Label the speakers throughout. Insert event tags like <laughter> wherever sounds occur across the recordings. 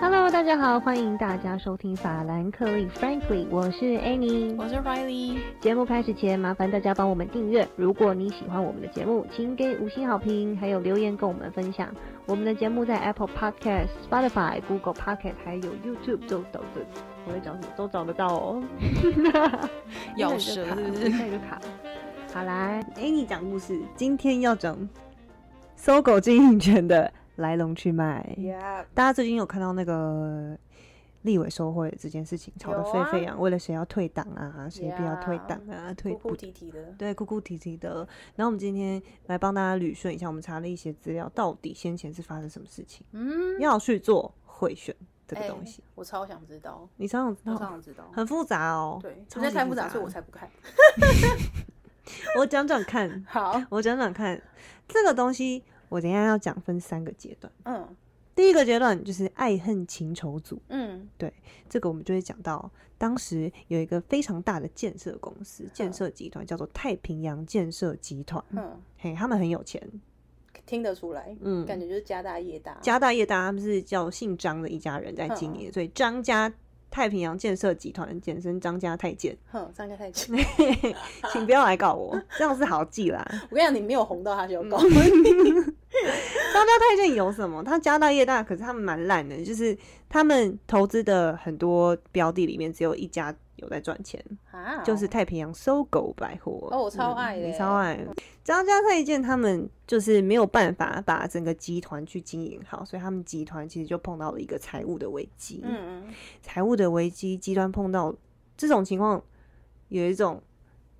Speaker 1: Hello，大家好，欢迎大家收听法兰克利 Frankly，我是 Annie。
Speaker 2: 我是 Riley，
Speaker 1: 节目开始前，麻烦大家帮我们订阅。如果你喜欢我们的节目，请给五星好评，还有留言跟我们分享。我们的节目在 Apple Podcast、Spotify、Google Podcast 还有 YouTube 都都都，我在讲什么都找得到哦。
Speaker 2: 咬舌是不是
Speaker 1: 那个卡。好来，哎、你讲故事，今天要讲搜狗经营权的来龙去脉。
Speaker 2: Yeah，
Speaker 1: 大家最近有看到那个立委收贿这件事情吵得
Speaker 2: 有
Speaker 1: 沸
Speaker 2: 啊
Speaker 1: 沸扬，为了谁要退党啊，谁不要退党啊，退
Speaker 2: 哭
Speaker 1: 不
Speaker 2: 哭啼啼的。
Speaker 1: 对，哭哭啼啼的。然后我们今天来帮大家捋顺一下，我们查了一些资料，到底先前是发生什么事情，
Speaker 2: 嗯，
Speaker 1: 要去做贿选这个
Speaker 2: 哎
Speaker 1: 东西。
Speaker 2: 我超想知道，
Speaker 1: 你想想知
Speaker 2: 我超
Speaker 1: 道，
Speaker 2: 想知道。
Speaker 1: 很复杂哦。
Speaker 2: 对，
Speaker 1: 超
Speaker 2: 实在
Speaker 1: 级
Speaker 2: 太
Speaker 1: 复
Speaker 2: 复杂，
Speaker 1: 杂
Speaker 2: 所以我才不看。
Speaker 1: 我讲讲看，
Speaker 2: 好，
Speaker 1: 我讲讲看，这个东西我等一下要讲分三个阶段。
Speaker 2: 嗯
Speaker 1: 第一个阶段就是爱恨情仇组，
Speaker 2: 嗯，
Speaker 1: 这个我们就会讲到，当时有一个非常大的建设公司、建设集团，叫做太平洋建设集团。
Speaker 2: 嗯，
Speaker 1: 嘿，他们很有钱，
Speaker 2: 听得出来，
Speaker 1: 嗯，
Speaker 2: 感觉就是家大业大。
Speaker 1: 家大业大，他们是叫姓张的一家人在
Speaker 2: 嗯
Speaker 1: 经营，所以张家太平洋建设集团，简称张家太建。
Speaker 2: 哼，张家太近。
Speaker 1: 嗯请不要来告我，这样是好记啦。
Speaker 2: 我跟你讲，你没有红到他就
Speaker 1: 嗯 <laughs>
Speaker 2: 高。
Speaker 1: 张家太建有什么？他家大业大，可是他们蛮烂的，就是他们投资的很多标的里面，只有一家有在赚钱。<laughs>
Speaker 2: 啊，
Speaker 1: 就是太平洋搜狗百货。
Speaker 2: 哦我超爱
Speaker 1: 嗯
Speaker 2: 的
Speaker 1: 你
Speaker 2: 耶
Speaker 1: 超爱。张家太健他们就是没有办法把整个集团去经营好，所以他们集团其实就碰到了一个财务的危机。，
Speaker 2: 嗯嗯，
Speaker 1: 财务的危机，集团碰到这种情况，有一种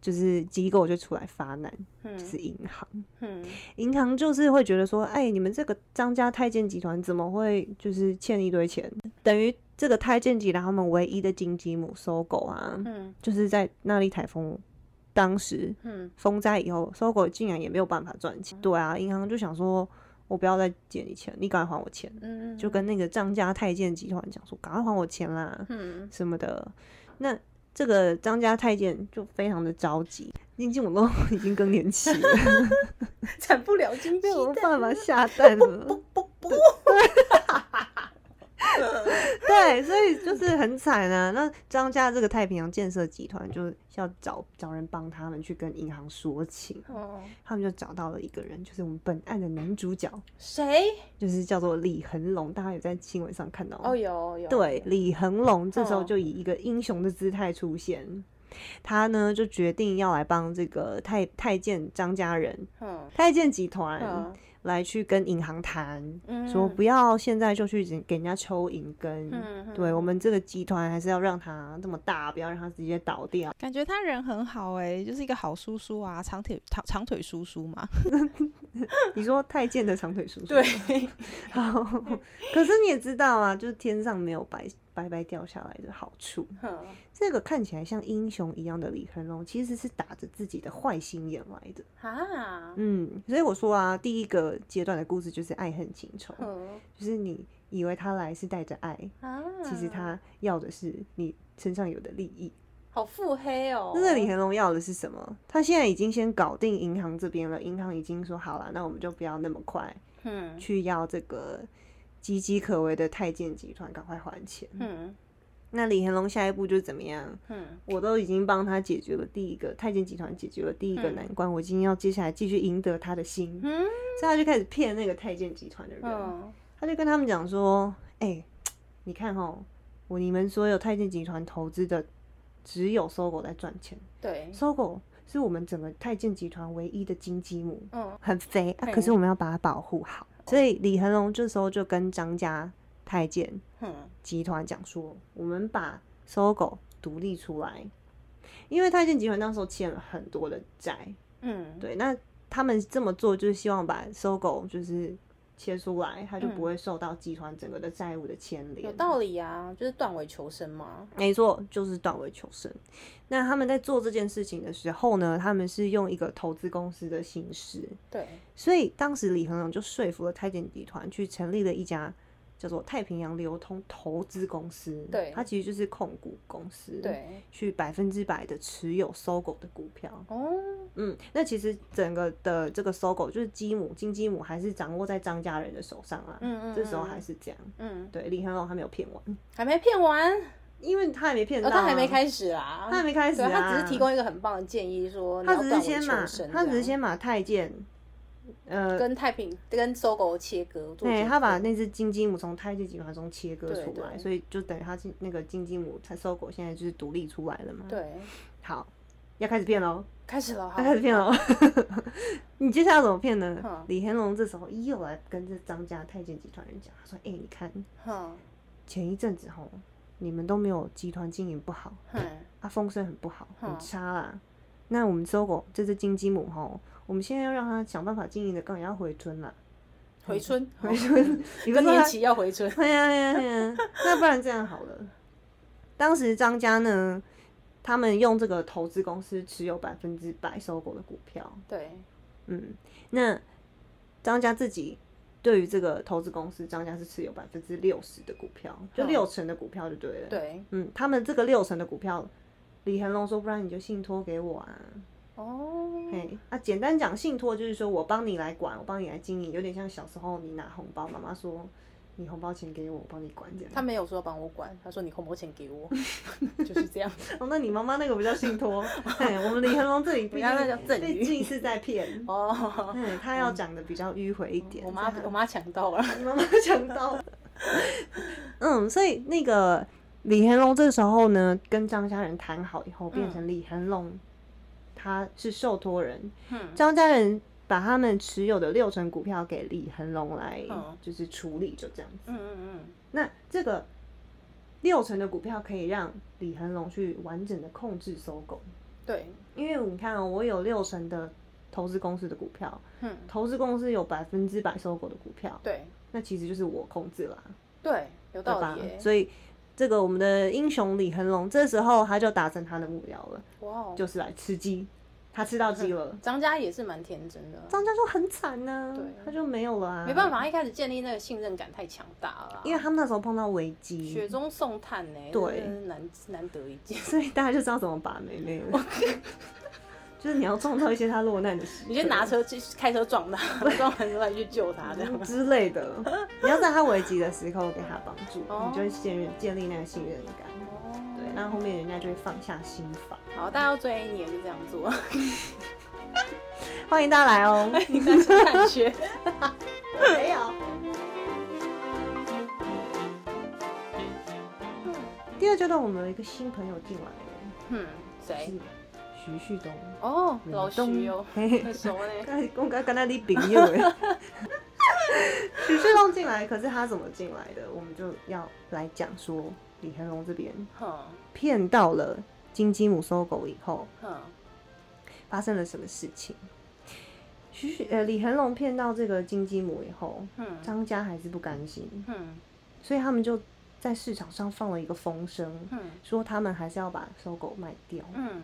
Speaker 1: 就是机构就出来发难，
Speaker 2: 嗯
Speaker 1: 就是银行。
Speaker 2: 嗯
Speaker 1: 银行就是会觉得说，哎，你们这个张家太建集团怎么会就是欠一堆钱？等于这个太建集团他们唯一的金鸡母搜狗啊，
Speaker 2: 嗯
Speaker 1: 就是在那里台风当时
Speaker 2: 嗯
Speaker 1: 风灾以后，搜狗竟然也没有办法赚钱。对啊，银行就想说，我不要再借你钱，你赶快还我钱，
Speaker 2: 嗯，
Speaker 1: 就跟那个张家太监集团讲说，赶快还我钱啦
Speaker 2: 嗯
Speaker 1: 什么的。那这个张家太监就非常的着急，毕竟我都 <laughs> 已经更年期
Speaker 2: <laughs>
Speaker 1: 了，
Speaker 2: 产不了经济
Speaker 1: 没有
Speaker 2: 的。
Speaker 1: 办法下蛋了。
Speaker 2: 不不，
Speaker 1: 对，所以就是很惨啊。那张家这个太平洋建设集团就是要找找人帮他们去跟银行说情。
Speaker 2: <laughs> 哦，
Speaker 1: 他们就找到了一个人，就是我们本案的男主角，
Speaker 2: 谁？
Speaker 1: 就是叫做李恒龙，大家有在新闻上看到吗
Speaker 2: 哦，有有，
Speaker 1: 对，李恒龙这时候
Speaker 2: 哦
Speaker 1: 就以一个英雄的姿态出现，他呢就决定要来帮这个太太监张家人、
Speaker 2: 嗯
Speaker 1: 太监集团
Speaker 2: 嗯
Speaker 1: 来去跟银行谈，
Speaker 2: 嗯，
Speaker 1: 说不要现在就去给人家抽银根。
Speaker 2: 嗯，嗯
Speaker 1: 对
Speaker 2: 嗯
Speaker 1: 我们这个集团还是要让它这么大，不要让它直接倒掉。
Speaker 3: 感觉他人很好哎、就是一个好叔叔啊，长腿长长腿叔叔
Speaker 2: <laughs>
Speaker 3: 嘛。
Speaker 1: 你说太监的长腿叔叔，
Speaker 2: 对， <laughs>
Speaker 1: 好，可是你也知道啊，就是天上没有白白白掉下来的好处。
Speaker 2: 哼
Speaker 1: 这个看起来像英雄一样的李恒龙，其实是打着自己的坏心眼来的。
Speaker 2: 啊，
Speaker 1: 嗯，所以我说啊，第一个阶段的故事就是爱恨情仇，
Speaker 2: 嗯
Speaker 1: 就是你以为他来是带着爱，
Speaker 2: 啊，
Speaker 1: 其实他要的是你身上有的利益。
Speaker 2: 好腹黑哦，
Speaker 1: 那这李恒龙要的是什么？他现在已经先搞定银行这边了，银行已经说好了，那我们就不要那么快
Speaker 2: 嗯
Speaker 1: 去要这个岌岌可危的太监集团，赶快还钱。
Speaker 2: 嗯
Speaker 1: 那李恒龙下一步就是怎么样？
Speaker 2: 嗯
Speaker 1: 我都已经帮他解决了第一个太监集团解决了第一个难关，我已经要接下来继续赢得他的心，
Speaker 2: 嗯
Speaker 1: 所以他就开始骗那个太监集团的人，
Speaker 2: 嗯
Speaker 1: 他就跟他们讲说：“哎、你看哈，我你们所有太监集团投资的，只有搜狗在赚钱，
Speaker 2: 对，
Speaker 1: 搜狗是我们整个太监集团唯一的金鸡母，
Speaker 2: 嗯
Speaker 1: 很肥啊，
Speaker 2: 嗯
Speaker 1: 可是我们要把它保护好。”所以李恒龙这时候就跟张家太监
Speaker 2: 哼
Speaker 1: 集团讲说，我们把搜狗独立出来，因为太监集团那时候欠了很多的债，
Speaker 2: 嗯，
Speaker 1: 对，那他们这么做就是希望把搜狗就是切出来，它就
Speaker 2: 嗯
Speaker 1: 不会受到集团整个的债务的牵连。
Speaker 2: 有道理啊，就是断尾求生嘛，
Speaker 1: 没错，就是断尾求生。那他们在做这件事情的时候呢，他们是用一个投资公司的形式，
Speaker 2: 对，
Speaker 1: 所以当时李恒龙就说服了太监集团去成立了一家叫做太平洋流通投资公司，
Speaker 2: 对
Speaker 1: 它其实就是控股公司，，
Speaker 2: 对，
Speaker 1: 去百分之百的持有搜狗的股票。
Speaker 2: 哦，
Speaker 1: 嗯，那其实整个的这个搜狗就是基母金基母还是掌握在张家人的手上啊。
Speaker 2: 嗯嗯，
Speaker 1: 这时候还
Speaker 2: 嗯
Speaker 1: 是这样，
Speaker 2: 嗯，
Speaker 1: 对李亨龙他没有骗我，
Speaker 2: 还没骗完，
Speaker 1: 因为他还没骗到、
Speaker 2: 哦，
Speaker 1: 啊
Speaker 2: 他还没，开始啊，
Speaker 1: 他还没开始、
Speaker 2: 对
Speaker 1: 啊，
Speaker 2: 他只是提供一个很棒的建议，说你
Speaker 1: 他
Speaker 2: 要
Speaker 1: 只
Speaker 2: 断
Speaker 1: 是
Speaker 2: 尾
Speaker 1: 先
Speaker 2: 求
Speaker 1: 把
Speaker 2: 生
Speaker 1: 他只
Speaker 2: 这
Speaker 1: 是
Speaker 2: 样
Speaker 1: 先把太监，呃，
Speaker 2: 跟太平跟搜狗切割，做
Speaker 1: 对、
Speaker 2: 切
Speaker 1: 他把
Speaker 2: 割
Speaker 1: 那只金鸡母从太监集团中切割
Speaker 2: 对
Speaker 1: 出
Speaker 2: 对
Speaker 1: 来，所以就等于他是那个金鸡母，他搜狗现在就是独立出来了嘛。，
Speaker 2: 对
Speaker 1: 好，要开始骗喽，
Speaker 2: 开始了，
Speaker 1: 要开始骗喽。 <laughs> 你接下来要怎么骗呢
Speaker 2: 哼？
Speaker 1: 李hen龙这时候又来跟这张家太监集团人讲，他说：“哎、你看
Speaker 2: 哼
Speaker 1: 前一阵子吼，你们都没有集团经营不好，
Speaker 2: 哼，
Speaker 1: 啊，风声很不好，很
Speaker 2: 哼
Speaker 1: 差啦。那我们搜狗这只金鸡母吼，我们现在要让它想办法经营的更要回春
Speaker 2: <laughs>
Speaker 1: 啦。
Speaker 2: 回春
Speaker 1: <laughs> 回春，你不
Speaker 2: 更
Speaker 1: 是说
Speaker 2: 年
Speaker 1: 它
Speaker 2: 期要回春，
Speaker 1: 哎呀哎呀哎呀！那不然这样好了，当时张家呢，他们用这个投资公司持有百分之百收购的股票，
Speaker 2: 对，
Speaker 1: 嗯，那张家自己对于这个投资公司，张家是持有百分之六十的股票，就
Speaker 2: 嗯
Speaker 1: 六成的股票就对了。，
Speaker 2: 对，
Speaker 1: 嗯，他们这个六成的股票，李恒龙说，不然你就信托给我啊。
Speaker 2: 哦，
Speaker 1: 嘿，啊，简单讲，信托就是说我帮你来管，我帮你来经营，有点像小时候你拿红包，妈妈说你红包钱给我，我帮你管这样。
Speaker 2: 他没有说帮我管，他说你红包钱给我， <laughs> 就是这样，
Speaker 1: 哦，那你妈妈那个不叫信
Speaker 2: <laughs>
Speaker 1: 托，哎，我们李恒龙这里毕
Speaker 2: 我家那叫
Speaker 1: 竟
Speaker 2: 赠
Speaker 1: 毕
Speaker 2: 与
Speaker 1: 竟是在骗，
Speaker 2: 哦，
Speaker 1: 嗯，他要讲的比较迂回一点。啊
Speaker 2: 我妈
Speaker 1: 这样
Speaker 2: 我妈抢到了，
Speaker 1: 你妈妈讲到，嗯，所以那个李恒龙这时候呢，跟张家人谈好以后，
Speaker 2: 嗯
Speaker 1: 变成李恒龙，他是受托人，
Speaker 2: 嗯，
Speaker 1: 张家人把他们持有的六成股票给李恒龙来
Speaker 2: 嗯，
Speaker 1: 就是处理，就这样子。
Speaker 2: 嗯嗯
Speaker 1: 那这个六成的股票可以让李恒龙去完整的控制搜狗。
Speaker 2: 嗯，对，
Speaker 1: 因为你看、哦，我有六成的投资公司的股票，
Speaker 2: 嗯，
Speaker 1: 投资公司有百分之百收购的股票，
Speaker 2: 对
Speaker 1: 那其实就是我控制啦，
Speaker 2: 对，
Speaker 1: 对
Speaker 2: 有道
Speaker 1: 吧
Speaker 2: 理耶，？
Speaker 1: 所以这个我们的英雄李恒龙，这时候他就达成他的目标了，
Speaker 2: 哇哦，
Speaker 1: 就是来吃鸡，他吃到鸡
Speaker 2: <laughs>
Speaker 1: 了。
Speaker 2: 张家也是蛮天真的，
Speaker 1: 张家就很惨呢、
Speaker 2: 对
Speaker 1: 他就没有了啊，
Speaker 2: 没办，法，一开始建立那个信任感太强大了啊，
Speaker 1: 因为他们那时候碰到危
Speaker 2: 雪
Speaker 1: 机，
Speaker 2: 中送炭呢、欸，
Speaker 1: 对
Speaker 2: 真的是难难得一见。 <laughs>
Speaker 1: 所以大家就知道怎么把妹妹了，就是你要创造一些他落难的时刻，
Speaker 2: 你先拿车去开车撞他，撞完之后你去救他，这样
Speaker 1: 之类的。你要在他危急的时候给他帮助，
Speaker 2: 哦
Speaker 1: 你就会建立建立那个信任感。嗯对，那后面人家就会放下心防。
Speaker 2: 好，大家要追你也是这样做，
Speaker 1: <laughs> 欢迎大家来哦。
Speaker 2: 你担心探学。
Speaker 1: 没有。嗯第二阶段，我们有一个新朋友进来了，
Speaker 2: 嗯，
Speaker 1: 是
Speaker 2: 谁？
Speaker 1: 哎徐旭东。
Speaker 2: 哦，老
Speaker 1: <laughs>
Speaker 2: 徐哦，
Speaker 1: 嘿嘿
Speaker 2: 很熟呢。
Speaker 1: 刚才我刚刚那里朋友哎。 <laughs> 徐旭东进来，可是他怎么进来的？我们就要来讲说李恒龙这边
Speaker 2: 哼
Speaker 1: 骗到了金鸡母搜狗以后，
Speaker 2: 哼，
Speaker 1: 发生了什么事情？徐徐呃，李恒龙骗到这个金鸡母以后，
Speaker 2: 嗯
Speaker 1: 张家还是不甘心，
Speaker 2: 嗯
Speaker 1: 所以他们就在市场上放了一个风声，
Speaker 2: 嗯
Speaker 1: 说他们还是要把搜狗卖掉。
Speaker 2: 嗯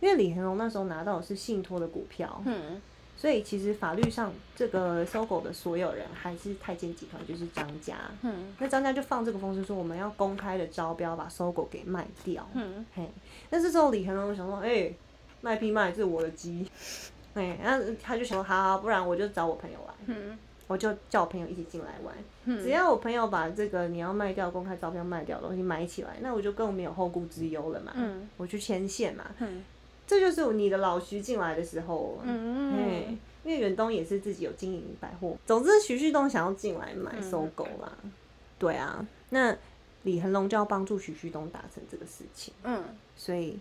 Speaker 1: 因为李恒龙那时候拿到的是信托的股票，
Speaker 2: 嗯，
Speaker 1: 所以其实法律上这个搜狗的所有人还是太监集团，就是张家。
Speaker 2: 嗯
Speaker 1: 那张家就放这个风声说，我们要公开的招标把搜狗给卖掉。
Speaker 2: 嗯
Speaker 1: 嘿，但是之后李恒龙想说，哎、卖屁卖，这是我的鸡，哎、然后他就想说，好好，不然我就找我朋友来，
Speaker 2: 嗯
Speaker 1: 我就叫我朋友一起进来玩，
Speaker 2: 嗯，
Speaker 1: 只要我朋友把这个你要卖掉公开招标卖掉的东西买起来，那我就更没有后顾之忧了嘛，
Speaker 2: 嗯
Speaker 1: 我去牵线嘛，
Speaker 2: 嗯
Speaker 1: 这就是你的老徐进来的时候，嗯，
Speaker 2: 嗯，
Speaker 1: 因为远东也是自己有经营百货，总之徐旭东想要进来买
Speaker 2: 嗯
Speaker 1: 搜狗啦，对啊，那李恒龙就要帮助徐旭东达成这个事情。
Speaker 2: 嗯
Speaker 1: 所以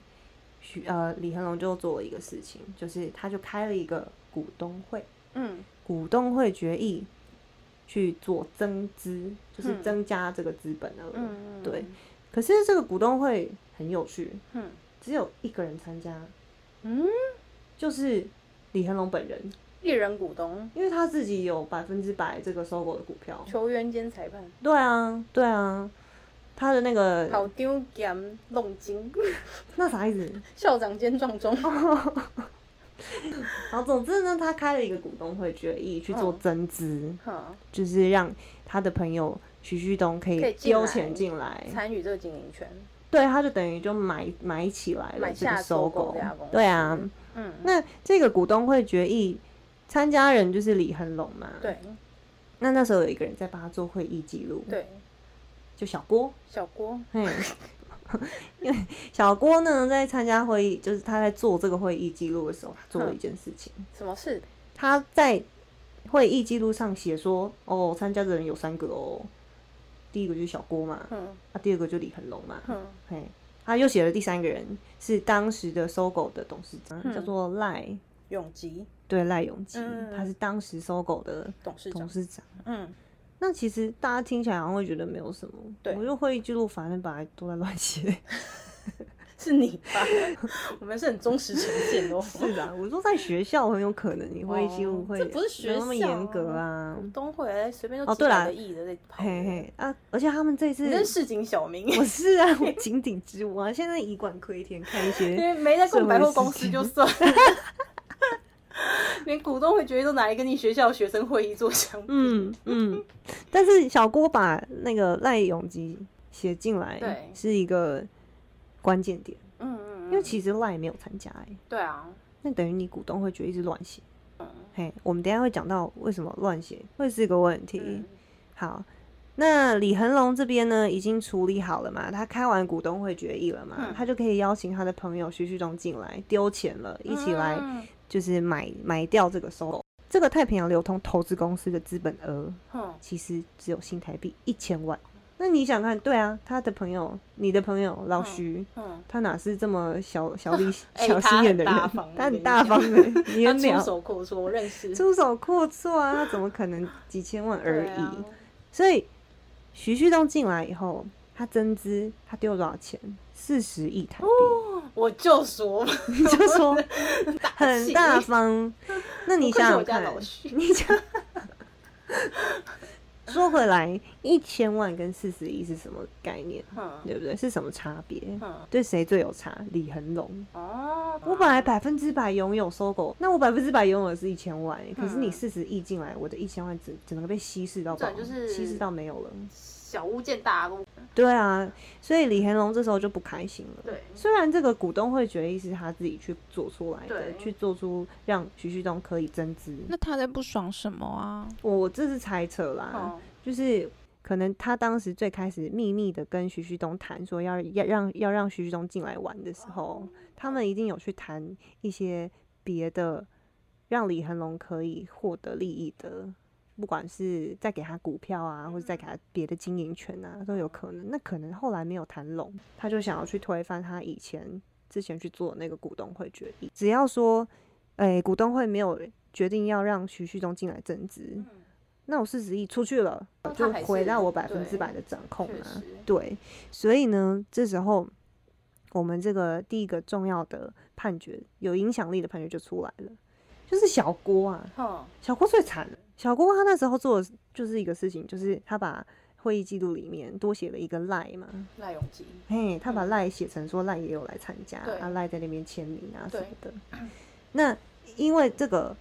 Speaker 1: 许呃李恒龙就做了一个事情，就是他就开了一个股东会，
Speaker 2: 嗯
Speaker 1: 股东会决议去做增资，就是
Speaker 2: 嗯
Speaker 1: 增加这个资本额。
Speaker 2: 嗯，
Speaker 1: 对，可是这个股东会很有趣，
Speaker 2: 嗯
Speaker 1: 只有一个人参加，
Speaker 2: 嗯，
Speaker 1: 就是李恒龙本人，
Speaker 2: 一人股东，
Speaker 1: 因为他自己有百分之百这个收购的股票。
Speaker 2: 球员兼裁判。
Speaker 1: 对啊，对啊，他的那个
Speaker 2: 校长兼弄金，
Speaker 1: 那啥意思？
Speaker 2: 校长兼撞钟。
Speaker 1: 然后总之呢，他开了一个股东会决议去做
Speaker 2: 嗯
Speaker 1: 增资。
Speaker 2: 哈，
Speaker 1: 就是让他的朋友徐旭东可
Speaker 2: 可以
Speaker 1: 以
Speaker 2: 进
Speaker 1: 丢
Speaker 2: 来
Speaker 1: 钱进来，
Speaker 2: 参与这个经营权，
Speaker 1: 对，他就等于就买买起来了
Speaker 2: 买
Speaker 1: 这个
Speaker 2: 下
Speaker 1: 搜
Speaker 2: 搜狗
Speaker 1: 狗
Speaker 2: 这家公，司
Speaker 1: 对啊，
Speaker 2: 嗯，
Speaker 1: 那这个股东会决议，参加人就是李恒龙嘛。。
Speaker 2: 对
Speaker 1: 那那时候有一个人在帮他做会议记录，，
Speaker 2: 对，
Speaker 1: 就小郭。
Speaker 2: 小郭，
Speaker 1: 嘿，因 <laughs> 为小郭呢，在参加会议，就是他在做这个会议记录的时候，他做了一件事情，
Speaker 2: 什么事？
Speaker 1: 他在会议记录上写说，哦，参加的人有三个哦，第一个就是小郭嘛，
Speaker 2: 嗯
Speaker 1: 啊，第二个就李恒龙嘛，
Speaker 2: 嗯，
Speaker 1: 嘿，他又写了第三个人是当时的搜狗的董事长，
Speaker 2: 嗯
Speaker 1: 叫做赖。
Speaker 2: 永吉
Speaker 1: 对赖永吉，
Speaker 2: 嗯
Speaker 1: 他是当时搜狗的
Speaker 2: 董事
Speaker 1: 董
Speaker 2: 长，
Speaker 1: 事长。
Speaker 2: 嗯，
Speaker 1: 那其实大家听起来好像会觉得没有什么，
Speaker 2: 对
Speaker 1: 我就会议记录反正本来都在乱
Speaker 2: <laughs>
Speaker 1: 写。
Speaker 2: 是你吧？ <laughs> 我们是很忠实呈现的哦。
Speaker 1: 是的，我说在学校很有可能你会议记录
Speaker 2: 哦
Speaker 1: 会、
Speaker 2: 这不是学
Speaker 1: 没有那么
Speaker 2: 校
Speaker 1: 严格啊，
Speaker 2: 东会哎随便
Speaker 1: 哦
Speaker 2: 就几
Speaker 1: 对啦
Speaker 2: 百个亿的在跑，
Speaker 1: 嘿嘿啊！而且他们这次
Speaker 2: 你真是市井小民，
Speaker 1: 我是啊，我井底之蛙，现在以管窥天，看一
Speaker 2: <laughs> 因
Speaker 1: 些
Speaker 2: 为没在
Speaker 1: 社
Speaker 2: 逛
Speaker 1: 会
Speaker 2: 百货
Speaker 1: 事
Speaker 2: 公司
Speaker 1: 件
Speaker 2: 就算了，连股东会决议都拿来跟你学校学生会议做相比， <laughs>
Speaker 1: 嗯嗯，但是小郭把那个赖永吉写进来
Speaker 2: 对
Speaker 1: 是一个关键点，
Speaker 2: 嗯嗯，
Speaker 1: 因为其实赖没有参加哎、
Speaker 2: 对啊，
Speaker 1: 那等于你股东会决议是乱写。
Speaker 2: 嗯
Speaker 1: 嘿，我们等一下会讲到为什么乱写会是个问题。
Speaker 2: 嗯
Speaker 1: 好，那李恒龙这边呢已经处理好了嘛，他开完股东会决议了嘛，
Speaker 2: 嗯
Speaker 1: 他就可以邀请他的朋友徐旭东进来丢钱了，一起来
Speaker 2: 嗯
Speaker 1: 就是买买掉这个收购。这个太平洋流通投资公司的资本额
Speaker 2: 哼
Speaker 1: 其实只有新台币一千万。那你想看，对啊，他的朋友，你的朋友老
Speaker 2: 嗯
Speaker 1: 徐，
Speaker 2: 嗯，
Speaker 1: 他哪是这么小小
Speaker 2: <laughs>
Speaker 1: 力
Speaker 2: 哎
Speaker 1: 小心眼的人 <laughs>
Speaker 2: 他很大方？
Speaker 1: 他
Speaker 2: 我
Speaker 1: 很大方
Speaker 2: 跟你讲
Speaker 1: 的，
Speaker 2: <laughs>
Speaker 1: 你
Speaker 2: 他
Speaker 1: 很了
Speaker 2: 出手阔绰，我认识
Speaker 1: 出手阔绰啊，他怎么可能几千万而
Speaker 2: 对
Speaker 1: 已？
Speaker 2: 啊
Speaker 1: 所以徐旭东进来以后，他增资，他丢了多少钱？四十亿台币，
Speaker 2: 哦我就说嘛，
Speaker 1: 你 <laughs> 就说很
Speaker 2: 气
Speaker 1: 大方。那你
Speaker 2: 不愧
Speaker 1: 想
Speaker 2: 是我
Speaker 1: 想
Speaker 2: 家
Speaker 1: 看
Speaker 2: 老，徐，
Speaker 1: 你想。说回来，一千万跟四十亿是什么概念？
Speaker 2: 嗯
Speaker 1: 对不对？是什么差别？
Speaker 2: 嗯，
Speaker 1: 对谁最有差？李恒龙，
Speaker 2: 哦，
Speaker 1: 我本来百分之百拥有搜狗，那我百分之百拥有的是一千万欸、可是你
Speaker 2: 嗯
Speaker 1: 四十亿进来，我的一千万整整个被稀释到
Speaker 2: 这
Speaker 1: 爆，
Speaker 2: 就是
Speaker 1: 稀释到没有了。
Speaker 2: 小巫见大巫，
Speaker 1: 对啊，所以李恒龙这时候就不开心了。
Speaker 2: 对，
Speaker 1: 虽然这个股东会决议是他自己去做出来的，
Speaker 2: 对
Speaker 1: 去做出让徐旭东可以增资，
Speaker 3: 那他在不爽什么啊？
Speaker 1: 我这是猜测啦，
Speaker 2: 哦，
Speaker 1: 就是可能他当时最开始秘密的跟徐旭东谈说要要让要让徐旭东进来玩的时候，他们一定有去谈一些别的让李恒龙可以获得利益的，不管是再给他股票啊，或者再给他别的经营权啊，都有可能。那可能后来没有谈拢，他就想要去推翻他以前之前去做的那个股东会决议，只要说，哎、股东会没有决定要让徐旭东进来增资，
Speaker 2: 嗯
Speaker 1: 那我四十亿出去了，
Speaker 2: 那哦他
Speaker 1: 就
Speaker 2: 还是
Speaker 1: 回到我百分之
Speaker 2: 对
Speaker 1: 百的掌控
Speaker 2: 确
Speaker 1: 啊
Speaker 2: 实。
Speaker 1: 对，所以呢，这时候我们这个第一个重要的判决，有影响力的判决就出来了，就是小郭啊，
Speaker 2: 哼，
Speaker 1: 小郭最惨了。小郭他那时候做的就是一个事情，就是他把会议记录里面多写了一个赖嘛，
Speaker 2: 赖永吉，
Speaker 1: 嘿，他把
Speaker 2: 嗯
Speaker 1: 赖写成说赖也有来参加，
Speaker 2: 对
Speaker 1: 啊赖在那边签名啊什
Speaker 2: 对
Speaker 1: 么的。那因为这个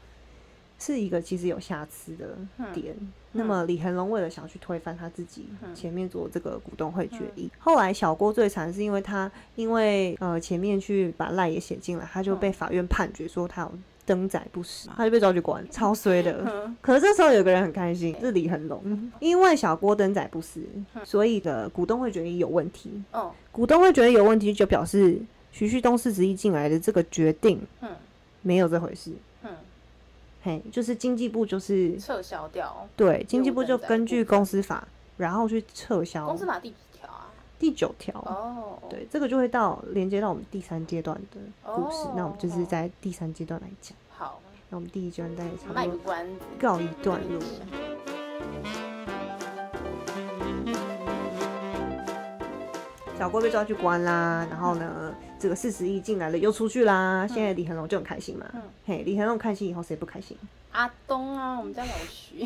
Speaker 1: 是一个其实有瑕疵的点，那么李恒龙为了想去推翻他自己
Speaker 2: 嗯
Speaker 1: 前面做这个股东会决议，后来小郭最惨是因为他因为呃前面去把赖也写进来，他就
Speaker 2: 嗯
Speaker 1: 被法院判决说他有登载不实，他就被抓去关，超衰的。
Speaker 2: 嗯
Speaker 1: <laughs> 可是这时候有个人很开心，是李恒龙，因为小郭登载不实，
Speaker 2: 嗯
Speaker 1: 所以的股东会决议有问题。
Speaker 2: 哦，
Speaker 1: 股东会决议有问题，就表示徐旭东四十亿进来的这个决定
Speaker 2: 嗯
Speaker 1: 没有这回事。
Speaker 2: 嗯，
Speaker 1: 嘿，就是经济部就是
Speaker 2: 撤销掉，
Speaker 1: 对经济
Speaker 2: 业务
Speaker 1: 部就
Speaker 2: 等等
Speaker 1: 根
Speaker 2: 部
Speaker 1: 据
Speaker 2: 分
Speaker 1: 公司法，然后去撤销
Speaker 2: 公司法第几条啊？
Speaker 1: 第九条。
Speaker 2: 哦，，
Speaker 1: 对，这个就会到连接到我们第三阶段的故事。那我们就是
Speaker 2: 哦
Speaker 1: 在第三阶段来讲。
Speaker 2: 好，
Speaker 1: 那我们第一阶段大概差
Speaker 2: 卖
Speaker 1: 不
Speaker 2: 个
Speaker 1: 多
Speaker 2: 关子，
Speaker 1: 告一段落。小郭被抓去关啦，然后呢，这个四十亿进来了又出去啦。现在李恒龙就很开心嘛，
Speaker 2: 嗯
Speaker 1: 嘿，李恒龙开心以后谁不开心？
Speaker 2: 阿东啊，我们家老徐，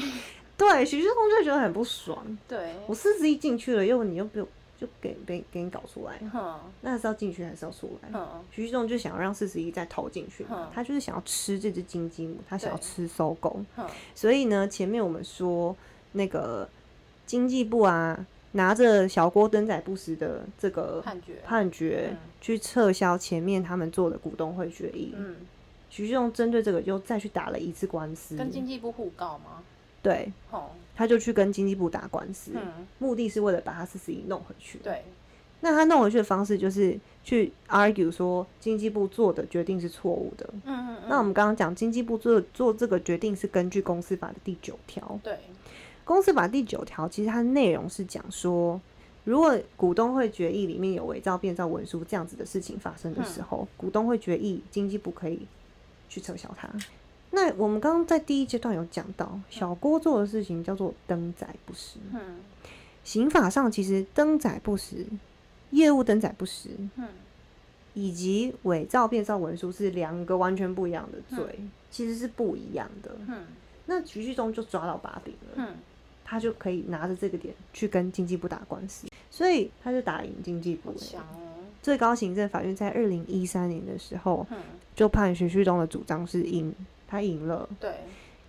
Speaker 1: 对，许志宏就觉得很不爽，
Speaker 2: <laughs> 对，
Speaker 1: 我四十亿进去了，又你又不就给给给你搞出来，
Speaker 2: <laughs> 哼
Speaker 1: 那是要进去还是要出来？
Speaker 2: 哼，
Speaker 1: 徐旭东就想要让四十亿再投进去嘛，
Speaker 2: 嗯
Speaker 1: 他就是想要吃这只金鸡母，他想要
Speaker 2: 对
Speaker 1: 吃搜狗
Speaker 2: 嗯，
Speaker 1: 所以呢，前面我们说那个经济部啊拿着小郭登载不实的这个
Speaker 2: 判决，
Speaker 1: 判决
Speaker 2: 嗯
Speaker 1: 去撤销前面他们做的股东会决议。
Speaker 2: 嗯，
Speaker 1: 徐志荣针对这个又再去打了一次官司，
Speaker 2: 跟经济部互告吗？
Speaker 1: 对，
Speaker 2: 哦，
Speaker 1: 他就去跟经济部打官司，
Speaker 2: 嗯，
Speaker 1: 目的是为了把他四十亿弄回去。
Speaker 2: 对，
Speaker 1: 那他弄回去的方式就是去 argue 说经济部做的决定是错误的。
Speaker 2: 嗯嗯嗯，
Speaker 1: 那我们刚刚讲经济部做做这个决定是根据公司法的第九条，
Speaker 2: 对，
Speaker 1: 公司法第九条其实它的内容是讲说，如果股东会决议里面有伪造、变造文书这样子的事情发生的时候，股东会决议经济部可以去撤销它。那我们刚刚在第一阶段有讲到，小郭做的事情叫做登载不实，
Speaker 2: 嗯
Speaker 1: 刑法上其实登载不实、业务登载不实
Speaker 2: 嗯
Speaker 1: 以及伪造、变造文书是两个完全不一样的罪，其实是不一样的。
Speaker 2: 嗯
Speaker 1: 那徐旭中就抓到把柄了，
Speaker 2: 嗯，
Speaker 1: 他就可以拿着这个点去跟经济部打官司，所以他就打赢经济部
Speaker 2: 好
Speaker 1: 了。
Speaker 2: 强哦，
Speaker 1: 最高行政法院在二零一三年的时候
Speaker 2: 嗯，
Speaker 1: 就判徐旭东的主张是赢，他赢了。
Speaker 2: 对，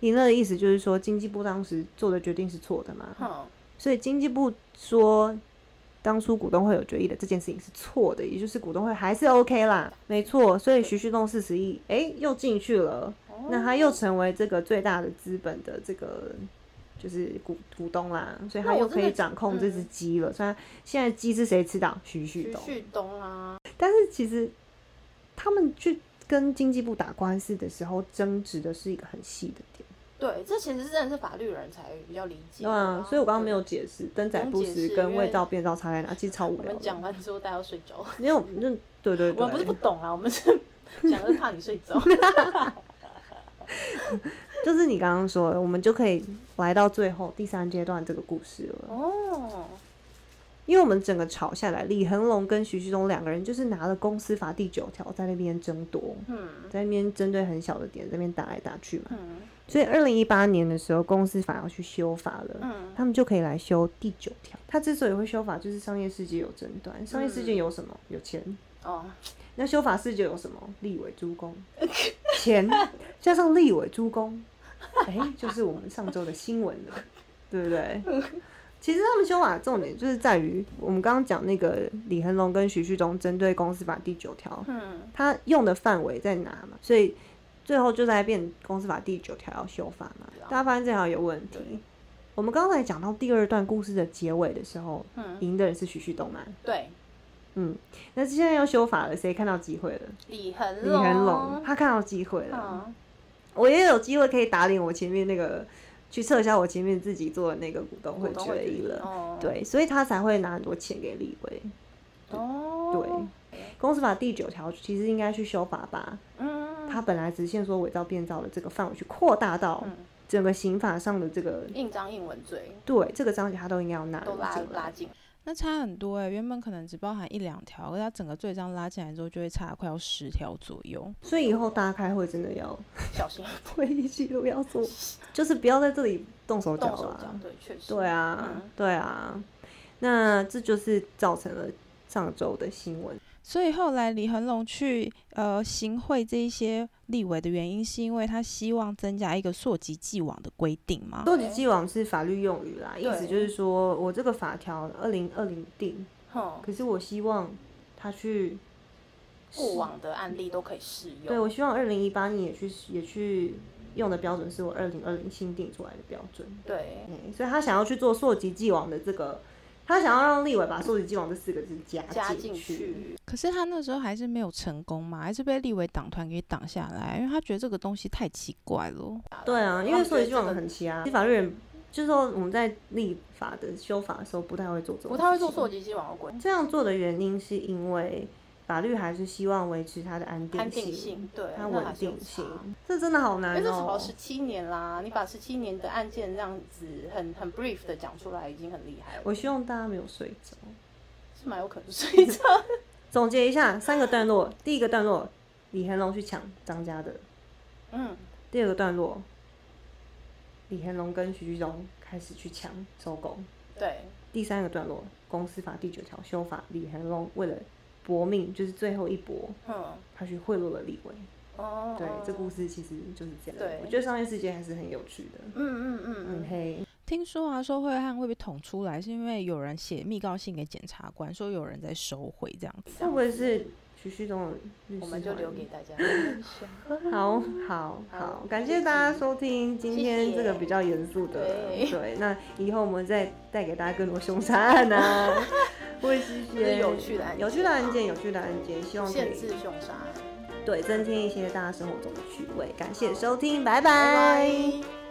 Speaker 1: 赢了的意思就是说经济部当时做的决定是错的嘛，
Speaker 2: 哼，
Speaker 1: 所以经济部说当初股东会有决议的这件事情是错的，也就是股东会还是 OK 啦，没错。所以徐旭东四十亿，诶，又进去了，
Speaker 2: 哦
Speaker 1: 那他又成为这个最大的资本的这个就是股股东啦，所以他
Speaker 2: 那我
Speaker 1: 又
Speaker 2: 真
Speaker 1: 可以
Speaker 2: 的
Speaker 1: 掌控这只
Speaker 2: 嗯
Speaker 1: 鸡了。虽然现在鸡是谁吃到徐旭
Speaker 2: 徐
Speaker 1: 东，
Speaker 2: 旭东啊啦，
Speaker 1: 但是其实他们去跟经济部打官司的时候，争执的是一个很细的点。
Speaker 2: 对，这其实真的是法律人才比较理
Speaker 1: 对
Speaker 2: 解的啊。
Speaker 1: 啊，所以我刚刚没有
Speaker 2: 对。
Speaker 1: 解释登载
Speaker 2: 不
Speaker 1: 不
Speaker 2: 用解
Speaker 1: 实
Speaker 2: 释
Speaker 1: 跟
Speaker 2: 因
Speaker 1: 味
Speaker 2: 为
Speaker 1: 道变造差在哪，其实超无
Speaker 2: 我
Speaker 1: 聊
Speaker 2: 们讲
Speaker 1: 的。
Speaker 2: 完之后，大家要睡着。
Speaker 1: 因为我们就对对对，
Speaker 2: 我们不是不懂啊，我们
Speaker 1: <laughs>
Speaker 2: 是讲的是怕你睡着。
Speaker 1: 就是你刚刚说的，我们就可以来到最后第三阶段这个故事了。
Speaker 2: 哦，
Speaker 1: 因为我们整个吵下来，李恒龙跟徐旭东两个人就是拿了公司法第九条在那边争夺，
Speaker 2: 嗯
Speaker 1: 在那边针对很小的点在那边打来打去嘛。
Speaker 2: 嗯
Speaker 1: 所以二零一八年的时候，公司法要去修法了，
Speaker 2: 嗯，
Speaker 1: 他们就可以来修第九条。他之所以会修法，就是商业世界有争端，商业世
Speaker 2: 嗯
Speaker 1: 界有什么？有钱。
Speaker 2: 哦，
Speaker 1: 那修法世界有什么？立委诸公，钱加上立委诸公，哎、就是我们上周的新闻了，对不对？其实他们修法的重点就是在于我们刚刚讲那个李恒龙跟徐旭东针对公司法第九条，
Speaker 2: 嗯
Speaker 1: 他用的范围在哪嘛？所以最后就在变公司法第九条要修法嘛
Speaker 2: 对啊。
Speaker 1: 大家发现这条有问题。我们刚才讲到第二段故事的结尾的时候，
Speaker 2: 嗯，
Speaker 1: 赢的人是徐旭东嘛？
Speaker 2: 对，
Speaker 1: 嗯，那现在要修法了，谁看到机会了？
Speaker 2: 李恒
Speaker 1: 李恒龙，他看到机会了，
Speaker 2: 嗯，
Speaker 1: 我也有机会可以打脸我前面那个，去撤销我前面自己做的那个股东
Speaker 2: 股
Speaker 1: 会
Speaker 2: 东会
Speaker 1: 决议
Speaker 2: 决
Speaker 1: 了。
Speaker 2: 哦，
Speaker 1: 对，所以他才会拿很多钱给立委。
Speaker 2: 哦，
Speaker 1: 对，公司法第九条其实应该去修法吧，
Speaker 2: 嗯，
Speaker 1: 它本来只限说伪造、变造的这个范围去扩大到
Speaker 2: 嗯
Speaker 1: 整个刑法上的这个
Speaker 2: 印章印文罪
Speaker 1: 对这个章节，它都应该要纳入
Speaker 2: 都拉
Speaker 1: 进来
Speaker 2: 拉。进，
Speaker 3: 啊那差很多哎、原本可能只包含一两条，而它整个罪章拉进来之后，就会差快要十条左右。
Speaker 1: 所以以后大家开会真的要
Speaker 2: 小心
Speaker 1: 会议记录要做，就是不要在这里动手
Speaker 3: 啊
Speaker 1: 脚啊
Speaker 2: 动手
Speaker 1: 啦。
Speaker 2: 脚，对，确实，
Speaker 1: 对啊，
Speaker 2: 嗯
Speaker 1: 对啊，那这就是造成了上周的新闻。
Speaker 3: 所以后来李恒龙去呃行贿这一些立委的原因，是因为他希望增加一个溯及既往的规定吗？
Speaker 1: 溯及既往是法律用语啦，意
Speaker 2: 哦对
Speaker 1: 思就是说我这个法条二零二零定，
Speaker 2: 哼，
Speaker 1: 可是我希望他去
Speaker 2: 过往的案例都可以适用，
Speaker 1: 对，我希望二零一八年也去也去用的标准是我二零二零新定出来的标准。
Speaker 2: 对，
Speaker 1: 嗯，所以他想要去做溯及既往的这个，他想要让立委把溯及既往这四个字加
Speaker 2: 加
Speaker 1: 进
Speaker 2: 进去，
Speaker 3: 可是他那时候还是没有成功嘛，还是被立委党团给挡下来，因为他觉得这个东西太奇怪了。
Speaker 1: 对啊，因
Speaker 2: 他
Speaker 1: 为
Speaker 2: 们
Speaker 1: 溯
Speaker 2: 觉
Speaker 1: 及
Speaker 2: 得
Speaker 1: 既往
Speaker 2: 这个
Speaker 1: 很奇啊，法律人就是说我们在立法的修法的时候不太会做这种，
Speaker 2: 不太会做溯。及既往的规
Speaker 1: 这样做的原因是因为法律还是希望维持它的安定
Speaker 2: 安定性，对，
Speaker 1: 它
Speaker 2: 那
Speaker 1: 稳
Speaker 2: 还是有
Speaker 1: 定
Speaker 2: 差
Speaker 1: 性，这真的好
Speaker 2: 因
Speaker 1: 难
Speaker 2: 为这
Speaker 1: 哦
Speaker 2: 跑、十七年啦，你把十七年的案件这样子很很 brief 的讲出来，已经很厉害了。
Speaker 1: 我希望大家没有睡着。
Speaker 2: 是蛮有可能睡着。 <laughs>
Speaker 1: 总结一下三个段落，第一个段落李恒龙去抢张家的，
Speaker 2: 嗯，
Speaker 1: 第二个段落李恒龙跟徐旭东开始去抢收购，
Speaker 2: 对，
Speaker 1: 第三个段落公司法第九条修法，李恒龙为了搏命就是最后一搏，
Speaker 2: 嗯，
Speaker 1: 他去贿赂了立委。
Speaker 2: 哦，
Speaker 1: 对，这故事其实就是这样。
Speaker 2: 对
Speaker 1: 我觉得商业世界还是很有趣的，
Speaker 2: 嗯嗯嗯
Speaker 1: 很
Speaker 2: 嗯，
Speaker 1: 黑。
Speaker 3: 听听说啊，受贿案会被捅出来，是因为有人写密告信给检察官，说有人在收贿这样子。
Speaker 1: 会不会是徐旭东的律师
Speaker 2: 我们就
Speaker 1: 团
Speaker 2: 留给大
Speaker 1: <laughs>
Speaker 2: 家想。
Speaker 1: 好好好，感谢大家收听今天这个比较严肃的，
Speaker 2: 谢谢
Speaker 1: 对，那以后我们再带给大家更多凶杀案啊，
Speaker 2: <laughs>
Speaker 1: 或者是一些
Speaker 2: 有趣的案
Speaker 1: 有
Speaker 2: 件
Speaker 1: 趣的案件、有趣的案件，希望可
Speaker 2: 限
Speaker 1: 以
Speaker 2: 制凶杀案。
Speaker 1: 对增添一些大家生活中的趣味。感谢收听，拜
Speaker 2: 拜
Speaker 1: 拜
Speaker 2: 拜。